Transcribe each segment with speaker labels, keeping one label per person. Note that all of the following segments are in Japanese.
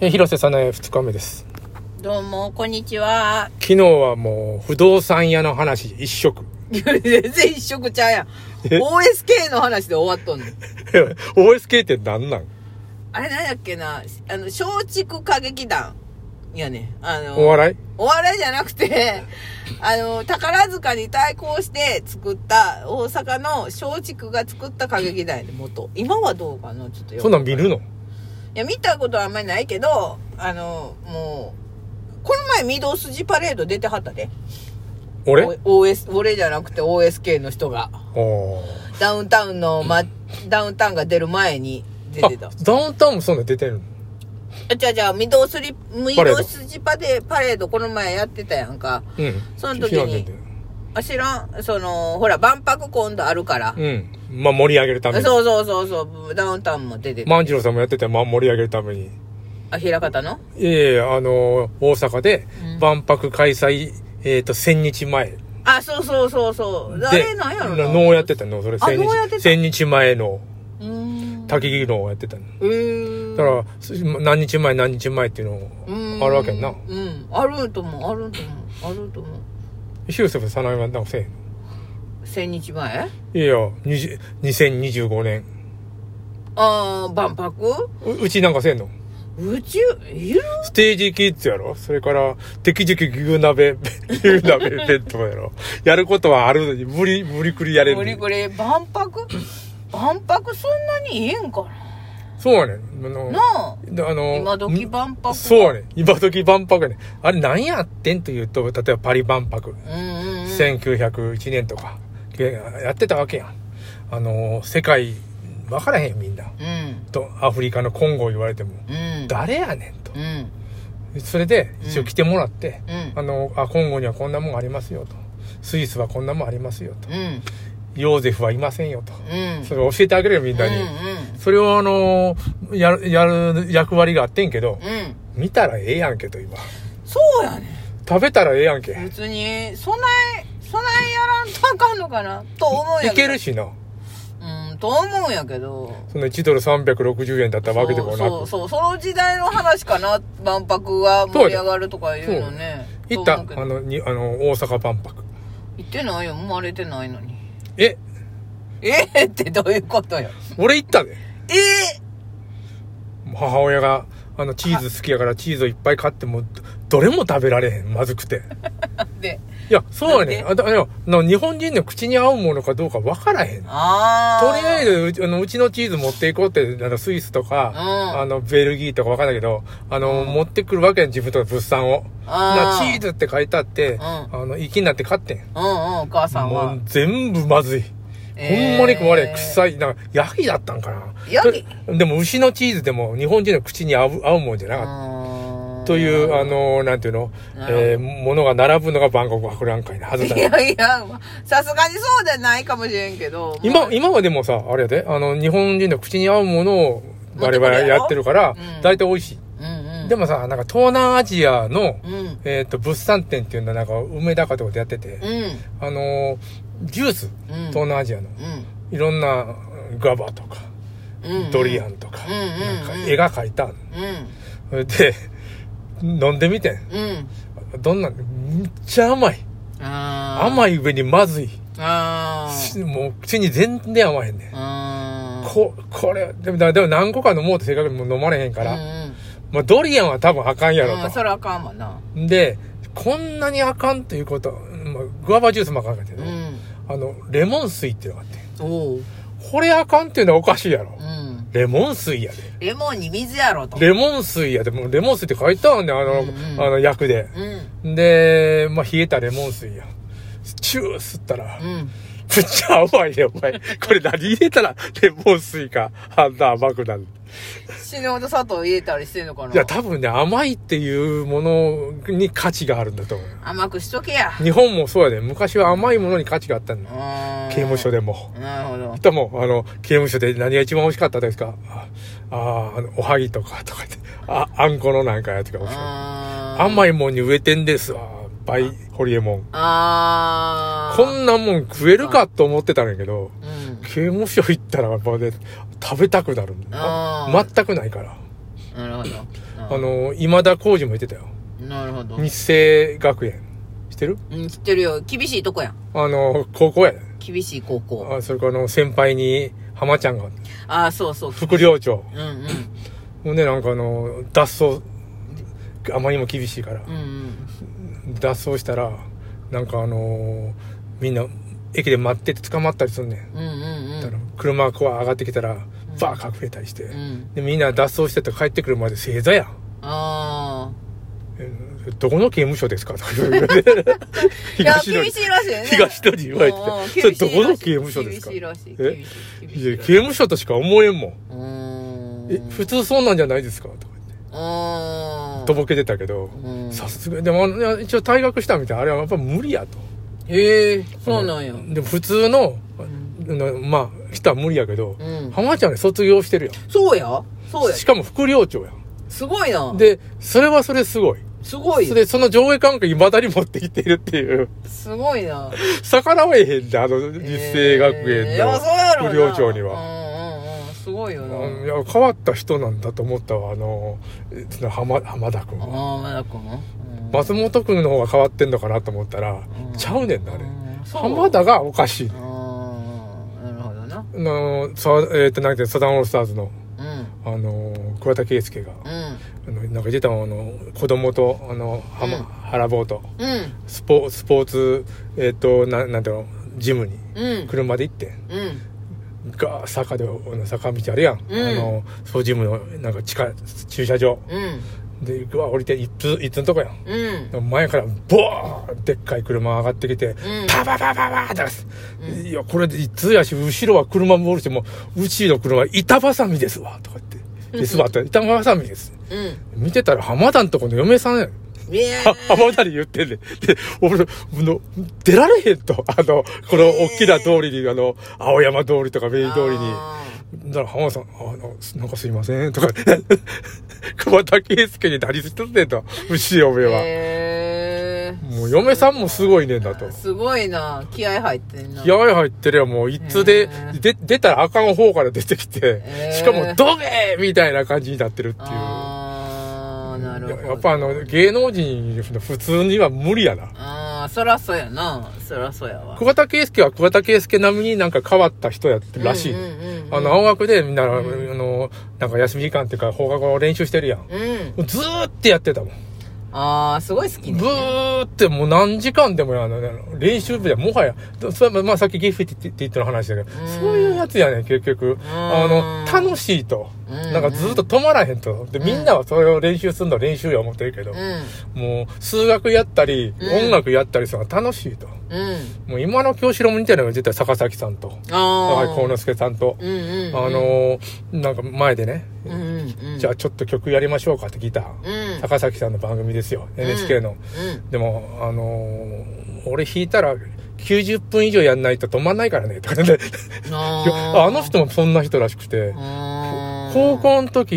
Speaker 1: え広瀬さなえ2日目です
Speaker 2: どうも、こんにちは。
Speaker 1: 昨日はもう不動産屋の話一色
Speaker 2: 全然一色ちゃうやん。OSK の話で終わっとんの。
Speaker 1: OSK って何なん
Speaker 2: あれなんやっけな、あの、松竹歌劇団。いやね、あの、
Speaker 1: お笑い
Speaker 2: お笑いじゃなくて、 あの、宝塚に対抗して作った、大阪の松竹が作った歌劇団やで、元。今はどうかなちょっとよく
Speaker 1: そんなん見るの
Speaker 2: いや、見たことはあんまりないけど、あの、もう、この前、御堂筋パレード出てはったで。
Speaker 1: 俺
Speaker 2: ?OS、俺じゃなくて OSK の人が。
Speaker 1: おー
Speaker 2: ダウンタウンの、ま、ダウンタウンが出る前に出てた
Speaker 1: あ。ダウンタウンもそんなん出てるの
Speaker 2: あじゃあじゃあ、御堂筋、御
Speaker 1: パレー
Speaker 2: 堂
Speaker 1: ド
Speaker 2: 筋パレパレードこの前やってたやんか。
Speaker 1: うん
Speaker 2: その時に
Speaker 1: 知らんねんて
Speaker 2: あ、知らんその、ほら、万博今度あるから。
Speaker 1: うんまあ盛り上げるために
Speaker 2: そうそうそうそう、ダウンタウンも出てた。
Speaker 1: 万次郎さんもやってて、まあ、盛り上げるために
Speaker 2: あ、平方の
Speaker 1: いえいえあのー大阪で
Speaker 2: うん
Speaker 1: 万博開催、えっ、と1000日前で
Speaker 2: あ、そうそうそうそう。あれなんやろな。
Speaker 1: 能やってたのそれ
Speaker 2: あ
Speaker 1: 1000
Speaker 2: 能やって
Speaker 1: 日
Speaker 2: た
Speaker 1: 1000日前の
Speaker 2: うーん。
Speaker 1: 滝木能をやってたの
Speaker 2: うーん。
Speaker 1: だからす何日前何日前っていうのあるわけやんな
Speaker 2: うんあると思うあると思うあると思う
Speaker 1: 広瀬さなえはなんかせえへんの
Speaker 2: 千日前
Speaker 1: いやいや20 2025年
Speaker 2: ああ万博
Speaker 1: ううちなんかせえんの
Speaker 2: 宇宙いる
Speaker 1: ステージキッズやろそれから、敵時牛鍋、 牛鍋弁当やろやることはあるのに、無理、無理くりやれ
Speaker 2: これ
Speaker 1: る。
Speaker 2: これ万 博万博そんなにええんか
Speaker 1: そうやねん。あの
Speaker 2: ななあ
Speaker 1: あの
Speaker 2: 今時万博
Speaker 1: そうやねん。今時万博やねん。あれ何やってんというと、例えばパリ万博。
Speaker 2: うんうんうん
Speaker 1: 1901年とか、やってたわけやん。あの、世界、わからへんよみんな。
Speaker 2: うん
Speaker 1: と、アフリカのコンゴ言われても、
Speaker 2: うん
Speaker 1: 誰やねんと。
Speaker 2: うん
Speaker 1: それで、一応来てもらって、
Speaker 2: うん
Speaker 1: あの、あ、コンゴにはこんなもんありますよと。スイスはこんなもんありますよと。
Speaker 2: うん
Speaker 1: ヨーゼフはいませんよと。
Speaker 2: うん
Speaker 1: それを教えてあげるよ、みんなに。
Speaker 2: う
Speaker 1: それをあのーやる、やる役割があってんけど、
Speaker 2: んうんうん
Speaker 1: 見たらええやんけと、今。
Speaker 2: そうやね
Speaker 1: 食べたらええやんけ。
Speaker 2: 別にそないそないやらんとあかんのかなと思うんや
Speaker 1: い
Speaker 2: け
Speaker 1: け
Speaker 2: ど
Speaker 1: るしな。
Speaker 2: うんと思うんやけど
Speaker 1: その1ドル360円だったわけでもなく。
Speaker 2: そうそうそうその時代の話かな万博が盛り上がるとかいうのね
Speaker 1: 行った
Speaker 2: と思うけど
Speaker 1: あの、に、あの、大阪万博。
Speaker 2: 行ってないよ生まれてないのに
Speaker 1: え、
Speaker 2: ええってどういうことよ
Speaker 1: 俺行ったで。
Speaker 2: え
Speaker 1: 母親が、あの、チーズ好きやからチーズをいっぱい買っても、どどれも食べられへん、まずくて。
Speaker 2: えで
Speaker 1: いや、そうやねん。
Speaker 2: な
Speaker 1: あだいやあの日本人の口に合うものかどうかわからへん。と
Speaker 2: ああ
Speaker 1: りあえずうちあの、うちのチーズ持っていこうって、あの、スイスとか、
Speaker 2: うん
Speaker 1: あの、ベルギーとかわかんないけど、あの、
Speaker 2: うん
Speaker 1: 持ってくるわけやん、自分とか物産を。だ
Speaker 2: あ
Speaker 1: からチーズって書いてあって、
Speaker 2: ん
Speaker 1: あの、息になって買ってん。
Speaker 2: うんうんお母さん
Speaker 1: も
Speaker 2: は
Speaker 1: う全部まずい。
Speaker 2: えー
Speaker 1: ほんまに食われん、臭い。なんか、ヤギだったんかな。
Speaker 2: ヤギ
Speaker 1: とでも、牛のチーズでも、日本人の口に合う、合うもんじゃなかった。
Speaker 2: うーん
Speaker 1: という、あのー、なんていうの、
Speaker 2: なるほど
Speaker 1: えー、ものが並ぶのが万国博覧会のはず
Speaker 2: い
Speaker 1: だよ。
Speaker 2: やいやさすがにそうじゃないかもしれんけどま
Speaker 1: 今
Speaker 2: あ、
Speaker 1: 今はでもさ、あれやで、あの、日本人の口に合うものを、
Speaker 2: 持っ
Speaker 1: 我
Speaker 2: てくるやろ
Speaker 1: 々やってるから
Speaker 2: うん、
Speaker 1: 大体美味し
Speaker 2: うんう
Speaker 1: い。
Speaker 2: ん
Speaker 1: でもさ、なんか東南アジアの、
Speaker 2: うん
Speaker 1: えっ、と、物産展っていうのはなんか、梅田かとかでやってて、
Speaker 2: うん
Speaker 1: あのー、ジュース、
Speaker 2: うん
Speaker 1: 東南アジアの、
Speaker 2: うん
Speaker 1: いろんな、ガバとか、
Speaker 2: うんうん
Speaker 1: ドリアンとか、
Speaker 2: うんうんうん
Speaker 1: なんか絵が描いたの。
Speaker 2: うん
Speaker 1: それで、飲んでみてん。
Speaker 2: うん
Speaker 1: どんなん、めっちゃ甘い。
Speaker 2: あー
Speaker 1: 甘い上にまずい。
Speaker 2: あー
Speaker 1: しもう、口に全然甘えんねん。
Speaker 2: あー
Speaker 1: こ、これ、でも、だでも何個か飲もうと正確にもう飲まれへんか
Speaker 2: う
Speaker 1: ら、
Speaker 2: んうん
Speaker 1: まあドリアンは多分あかんやろ
Speaker 2: うん、
Speaker 1: と
Speaker 2: そ。れあかんわな。
Speaker 1: で、こんなにあかんということ、まあ、グアバジュースもあかんけ
Speaker 2: う
Speaker 1: ど、
Speaker 2: ん。
Speaker 1: あの、レモン水っていうのがあって。
Speaker 2: おう。
Speaker 1: これあかんっていうのはおかしいやろ
Speaker 2: う。ん。
Speaker 1: レモン水やで。
Speaker 2: レモンに水やろと。
Speaker 1: レモン水やで。もうレモン水って書いてあるねん、あの、
Speaker 2: うんうん
Speaker 1: あの、役で。
Speaker 2: うん。
Speaker 1: で、まあ、冷えたレモン水や。チュー吸ったら、
Speaker 2: う
Speaker 1: めっ
Speaker 2: ん。
Speaker 1: ちゃ甘いね、お前。これ何入れたらレモン水か、あんな甘くなる。
Speaker 2: 死ぬほど砂糖入れたりしてんのかない
Speaker 1: や、多分ね、甘いっていうものに価値があるんだと思う。
Speaker 2: 甘くしとけや。
Speaker 1: 日本もそうやで、昔は甘いものに価値があったんだ。
Speaker 2: 刑
Speaker 1: 刑務所
Speaker 2: で。
Speaker 1: でも。
Speaker 2: なるほど。
Speaker 1: でも、あの、刑務所で何が一番美味しかったですかああー、あの、おはぎとか、とか言って、あ、あんこのなんかやつが美味しかっ
Speaker 2: あ
Speaker 1: た。
Speaker 2: い。
Speaker 1: 甘いもんに植えてんですわ。バイ、ホリエモン。
Speaker 2: あー
Speaker 1: こんなもん食えるかと思ってたんやけど、
Speaker 2: うん。
Speaker 1: 刑務所行ったらやっぱね、食べたくなるんだよ
Speaker 2: あー
Speaker 1: 全くないから。
Speaker 2: なるほど。なるな
Speaker 1: あの、今田耕司も言ってたよ。
Speaker 2: なるほど
Speaker 1: 日生学園。知ってる
Speaker 2: うん知ってるよ厳しいとこやん
Speaker 1: あの、高校や。
Speaker 2: 厳しい高校
Speaker 1: あそれからあの、先輩に、浜ちゃんが、
Speaker 2: ああそうそう
Speaker 1: 副寮長。
Speaker 2: うんうん
Speaker 1: もうね、なんかあの、脱走、あまりにも厳しいから
Speaker 2: う、んうん
Speaker 1: 脱走したら、なんかあのーみんな、駅で待ってて捕まったりすんねん。
Speaker 2: うんうん
Speaker 1: だから車がこう上がってきたら、バー隠れたりして。
Speaker 2: うんうん
Speaker 1: で、みんな脱走してて帰ってくるまで正座やん。
Speaker 2: あ
Speaker 1: えどこの刑務所ですかとか言われて
Speaker 2: あい や
Speaker 1: 東野
Speaker 2: 厳
Speaker 1: に
Speaker 2: しいらしいよね
Speaker 1: 東野に言われて
Speaker 2: うんうん
Speaker 1: て、それどこの刑
Speaker 2: 厳
Speaker 1: 務
Speaker 2: しい
Speaker 1: 所
Speaker 2: ら
Speaker 1: で
Speaker 2: し
Speaker 1: す
Speaker 2: い
Speaker 1: か
Speaker 2: 厳しいらしい
Speaker 1: え
Speaker 2: 厳しい厳
Speaker 1: い
Speaker 2: し
Speaker 1: や、
Speaker 2: い
Speaker 1: 刑務所としか思えんもん。
Speaker 2: うーん
Speaker 1: え、普通そうなんじゃないですかとか言って。
Speaker 2: うーん
Speaker 1: とぼけてたけど、
Speaker 2: うん
Speaker 1: さすが、でもあのいや一応退学したみたいな、あれはやっぱ無理やと。
Speaker 2: へえそうなんや
Speaker 1: でも普通の、
Speaker 2: ん
Speaker 1: なまあ、人は無理やけど、
Speaker 2: うん
Speaker 1: 浜ちゃんね、卒業してるやん。
Speaker 2: そうやそうや
Speaker 1: しかも副寮長やん。
Speaker 2: すごいな
Speaker 1: で、それはそれすごい。
Speaker 2: すごい
Speaker 1: それで、その上下関係未だに持ってきてるっていう。
Speaker 2: すごいな
Speaker 1: 逆らえへんで、あの、日生学
Speaker 2: えーい
Speaker 1: 園
Speaker 2: やそうやろ
Speaker 1: の
Speaker 2: うな
Speaker 1: 副寮長には。
Speaker 2: うんうんうんすごいよな
Speaker 1: うんいや変わった人なんだと思ったわ、あの、その浜浜田君は。
Speaker 2: ああまだこのうん
Speaker 1: 松本君の方が変わってんのかなと思ったら、
Speaker 2: うん
Speaker 1: ちゃうねんな、あれ
Speaker 2: う。んそう
Speaker 1: 浜田がおかしい。
Speaker 2: うんなるほどな
Speaker 1: あの、さえっ、と、なんていうのサザンオールスターズの、
Speaker 2: うん
Speaker 1: あの、桑田佳祐が、
Speaker 2: うん
Speaker 1: あの、なんか言ってたの、あの、子供と、あの、浜、
Speaker 2: うん
Speaker 1: 原坊と、
Speaker 2: うん
Speaker 1: スポ、スポーツ、えっ、と、な、なんていうの、ジムに、
Speaker 2: うん
Speaker 1: 車で行って、
Speaker 2: うん
Speaker 1: が坂で、あの坂道あるやん。
Speaker 2: うん
Speaker 1: あの、そうジムの、なんか地下、駐車場。
Speaker 2: うん
Speaker 1: で、ぐわ、降りて、一通、一通のとこやん。
Speaker 2: うん
Speaker 1: 前から、ボーンでっかい車上がってきて、パパパパパー出す。いや、これで一通やし、後ろは車もおるし、もう、うちの車、板挟みですわ、とか言って。で、座ったら、板挟みです。
Speaker 2: うん
Speaker 1: 見てたら、浜田のとこの嫁さんやん。
Speaker 2: いや
Speaker 1: は浜田に言ってんねん。で、俺、の、出られへんと。あの、この大きな通りに、あの、青山通りとかメイン通りに。だから浜田さん、あの、なんかすいません、とか、 熊田圭介になりすぎてんと、牛嫁は。
Speaker 2: へー
Speaker 1: もう嫁さんもすごいねんだと。
Speaker 2: すごいな気合入ってんな
Speaker 1: 気合入ってりゃもう一通で、で、出たらあかん方から出てきて
Speaker 2: へ、ー
Speaker 1: しかもドゲーみたいな感じになってるっていう。
Speaker 2: ああなるほど
Speaker 1: やっぱあの、芸能人の普通には無理やな。
Speaker 2: ああそらそうやなそらそうやわ
Speaker 1: 桑田佳祐は桑田佳祐並みになんか変わった人やってるらしい。
Speaker 2: うんうんうん
Speaker 1: あの、青学でみんな、あの、なんか休み時間っていうか放課後練習してるやん。
Speaker 2: うん
Speaker 1: ずーってやってたもん。
Speaker 2: ああすごい好きね
Speaker 1: ブーってもう何時間でもやるのね。練習部や、もはや。それはまあさっきギフティって言ったの話だけど
Speaker 2: うん、
Speaker 1: そういうやつやねん、結局。あの、楽しいと。
Speaker 2: うん
Speaker 1: なんかずっと止まらへんと。で、みんなはそれを練習するのは練習や思ってるけど
Speaker 2: う、ん
Speaker 1: もう数学やったり、
Speaker 2: うん
Speaker 1: 音楽やったりするのが楽しいと。
Speaker 2: うん
Speaker 1: もう今の京志郎も似てるのが絶対坂崎さんと、
Speaker 2: ああ
Speaker 1: 高之助さんと
Speaker 2: う、んうんうん
Speaker 1: あのー、なんか前でね、
Speaker 2: うんうんうん
Speaker 1: じゃあちょっと曲やりましょうかって聞いた。
Speaker 2: うん
Speaker 1: 坂崎さんの番組ですよ、NHK の。
Speaker 2: うん
Speaker 1: でも、あのー俺弾いたら90分以上やんないと止まんないからね、とかね。
Speaker 2: あー
Speaker 1: あの人もそんな人らしくて、
Speaker 2: あー
Speaker 1: 高校の時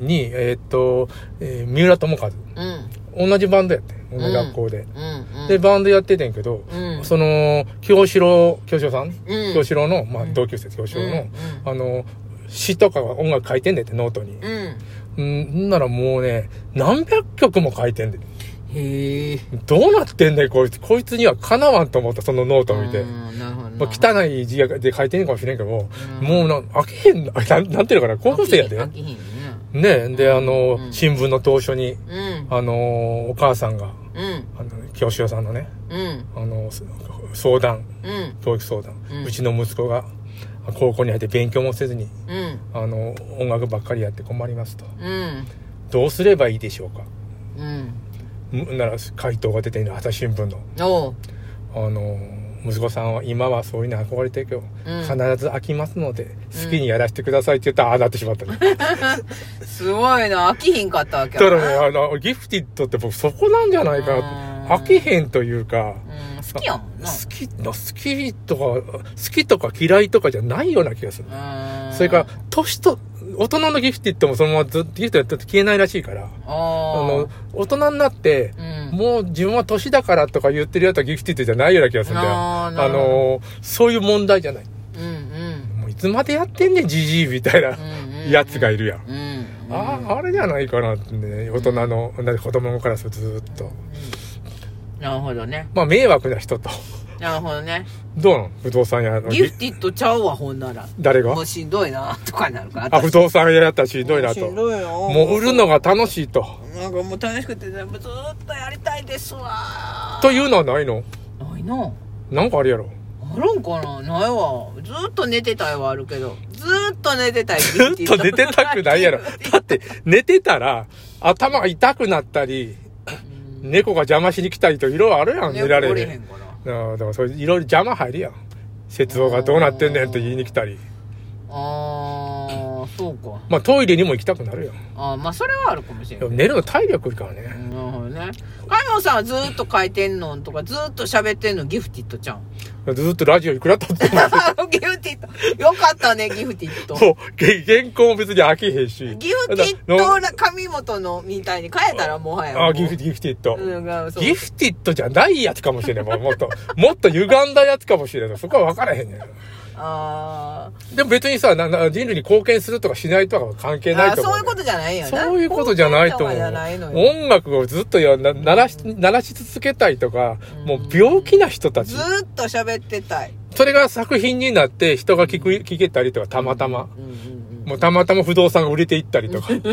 Speaker 1: に、えーっと、えー三浦友和、
Speaker 2: うん
Speaker 1: 同じバンドやってん、同
Speaker 2: う
Speaker 1: じ
Speaker 2: ん
Speaker 1: 学校で。
Speaker 2: うんうん
Speaker 1: で、バンドやっててんけど、
Speaker 2: うん
Speaker 1: その、京志郎、京志郎さん、
Speaker 2: うん
Speaker 1: 京志郎の、まあ、同級生、京志郎の、あの、詩とかは音楽書いてんねんって、ノートに。
Speaker 2: うん
Speaker 1: うん、んならもうね、何百曲も書いてんねん。
Speaker 2: へえ
Speaker 1: どうなってんねん、こいつ。こいつにはかなわんと思った、そのノートを見て。
Speaker 2: なるほど
Speaker 1: ま
Speaker 2: な
Speaker 1: あ、汚い字で書いてんのかもしれんけども、
Speaker 2: うん
Speaker 1: もうな、飽きへんな、なんなんていうのかな、高校生やで。
Speaker 2: 飽
Speaker 1: ね
Speaker 2: きひん
Speaker 1: え、で、あの、
Speaker 2: うん
Speaker 1: 新聞の当初に、
Speaker 2: ね
Speaker 1: あの、お母さんが、
Speaker 2: うんうん
Speaker 1: あの、教師さんのね、
Speaker 2: うん
Speaker 1: あの、そ相談、
Speaker 2: うん
Speaker 1: 教育相談、う
Speaker 2: うん
Speaker 1: ちの息子が、高校に入って勉強もせずに、
Speaker 2: うん
Speaker 1: あの、音楽ばっかりやって困りますと。
Speaker 2: うん
Speaker 1: どうすればいいでしょうか。
Speaker 2: うん
Speaker 1: むなら、回答が出ている、朝日新聞の。
Speaker 2: おう
Speaker 1: あの息子さんは今はそういうの憧れてるけど、
Speaker 2: うん
Speaker 1: 必ず飽きますので好きにやらせてくださいって言ったら、ああなってしまったね
Speaker 2: すごいな飽きひんかったわ
Speaker 1: だ
Speaker 2: け
Speaker 1: か
Speaker 2: やな
Speaker 1: らねあのギフティッドって僕そこなんじゃないかな
Speaker 2: うん
Speaker 1: 飽きへんというか
Speaker 2: うん好きやもんな
Speaker 1: 好き好きとか好きとか嫌いとかじゃないような気がする、
Speaker 2: うん
Speaker 1: それから年と大人のギフティッドもそのままずっとギフティッドやってて消えないらしいから
Speaker 2: あ
Speaker 1: あ
Speaker 2: あ
Speaker 1: の大人になって、
Speaker 2: うん
Speaker 1: もう自分は年だからとか言ってるやつはギフティッドじゃないような気がするんだよ。
Speaker 2: あーな
Speaker 1: あ
Speaker 2: るほど
Speaker 1: の、そういう問題じゃない。
Speaker 2: うんうん
Speaker 1: もういつまでやってんねん、じじいみたいな
Speaker 2: うんうんうん
Speaker 1: やつがいるやん。
Speaker 2: うん
Speaker 1: あああれじゃないかなってね大人のなんか子供からするとずっと
Speaker 2: なるほどね
Speaker 1: まあ迷惑な人と
Speaker 2: なるほどね
Speaker 1: どうなん不動産屋の
Speaker 2: ギフティッドちゃうわほんなら
Speaker 1: 誰が
Speaker 2: もうしんどいなとかになるから
Speaker 1: あ不動産屋やったらしんどいな
Speaker 2: し
Speaker 1: と
Speaker 2: んどいよ
Speaker 1: もう売るのが楽しいと
Speaker 2: なんかもう楽しくて全部ずーっとやりたいですわ
Speaker 1: というのはないの
Speaker 2: ないな
Speaker 1: なんかあるやろ
Speaker 2: あるんかなないわずーっと寝てたいはあるけどずーっと寝てたい
Speaker 1: ずっと寝てたくないやろだって寝てたら頭が痛くなったり
Speaker 2: うん
Speaker 1: 猫が邪魔しに来たりといろいろあるやん寝られ
Speaker 2: 寝
Speaker 1: へん
Speaker 2: こりへんから
Speaker 1: ああだからそれいろいろ邪魔入るやん節度がどうなってんねんって言いに来たり
Speaker 2: ああそうか
Speaker 1: まあトイレにも行きたくなるよ
Speaker 2: あーまあそれはあるかもしれ
Speaker 1: で
Speaker 2: な
Speaker 1: も
Speaker 2: い
Speaker 1: 寝るの体力いるからね
Speaker 2: なるほどね。カヨンさんはずーっと書いてんのんとか、ずーっと喋ってんのギフティットちゃん。
Speaker 1: ずっとラジオいくら撮っても
Speaker 2: ギフティット。よかったね、ギフティット。
Speaker 1: そうげ原稿も別に飽きへんし
Speaker 2: ギフティットな神本のみたいに変えたらもはや。
Speaker 1: ああギフ
Speaker 2: テ
Speaker 1: ティギフティット、
Speaker 2: ット
Speaker 1: ギフティットじゃないやつかもしれないもう もっともっと歪んだやつかもしれないそこは分からへんねん
Speaker 2: あー
Speaker 1: でも別にさなな人類に貢献するとかしないとかは関係ない
Speaker 2: あー、
Speaker 1: と思う
Speaker 2: そう
Speaker 1: ね、
Speaker 2: いうことじゃないよね。
Speaker 1: そういうことじゃないと思う
Speaker 2: じゃないのよ。
Speaker 1: 音楽をずっとやな鳴らし鳴らし続けたいとか
Speaker 2: うん
Speaker 1: もう病気な人たち
Speaker 2: ずーっと喋ってたい。
Speaker 1: それが作品になって人が聞く聞けたりとかたまたま
Speaker 2: うんうん
Speaker 1: もうたまたま不動産が売れていったりとか
Speaker 2: なんか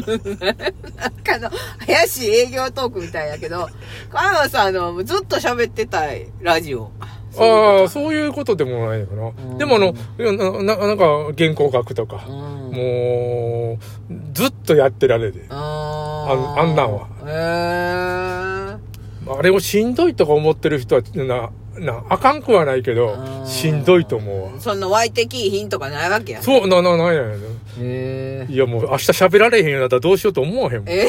Speaker 2: あの、怪しい営業トークみたいやけど、カヨンさんのずっと喋ってたい、ラジオ。
Speaker 1: ああそういうことでもないのかな、
Speaker 2: うん
Speaker 1: でもあのなななんか原稿書くとか
Speaker 2: う、ん。
Speaker 1: もうずっとやってられる
Speaker 2: あー
Speaker 1: あんあんなんは。
Speaker 2: へ
Speaker 1: あれをしんどいとか思ってる人はななあかんくはないけど
Speaker 2: うん
Speaker 1: しんどいと思うわ
Speaker 2: えー。そんな湧いてきいひんとかないわけや。
Speaker 1: そうなななんやねん
Speaker 2: へえ。
Speaker 1: いやもう明日喋られへんようになったらどうしようと思わへんもん
Speaker 2: え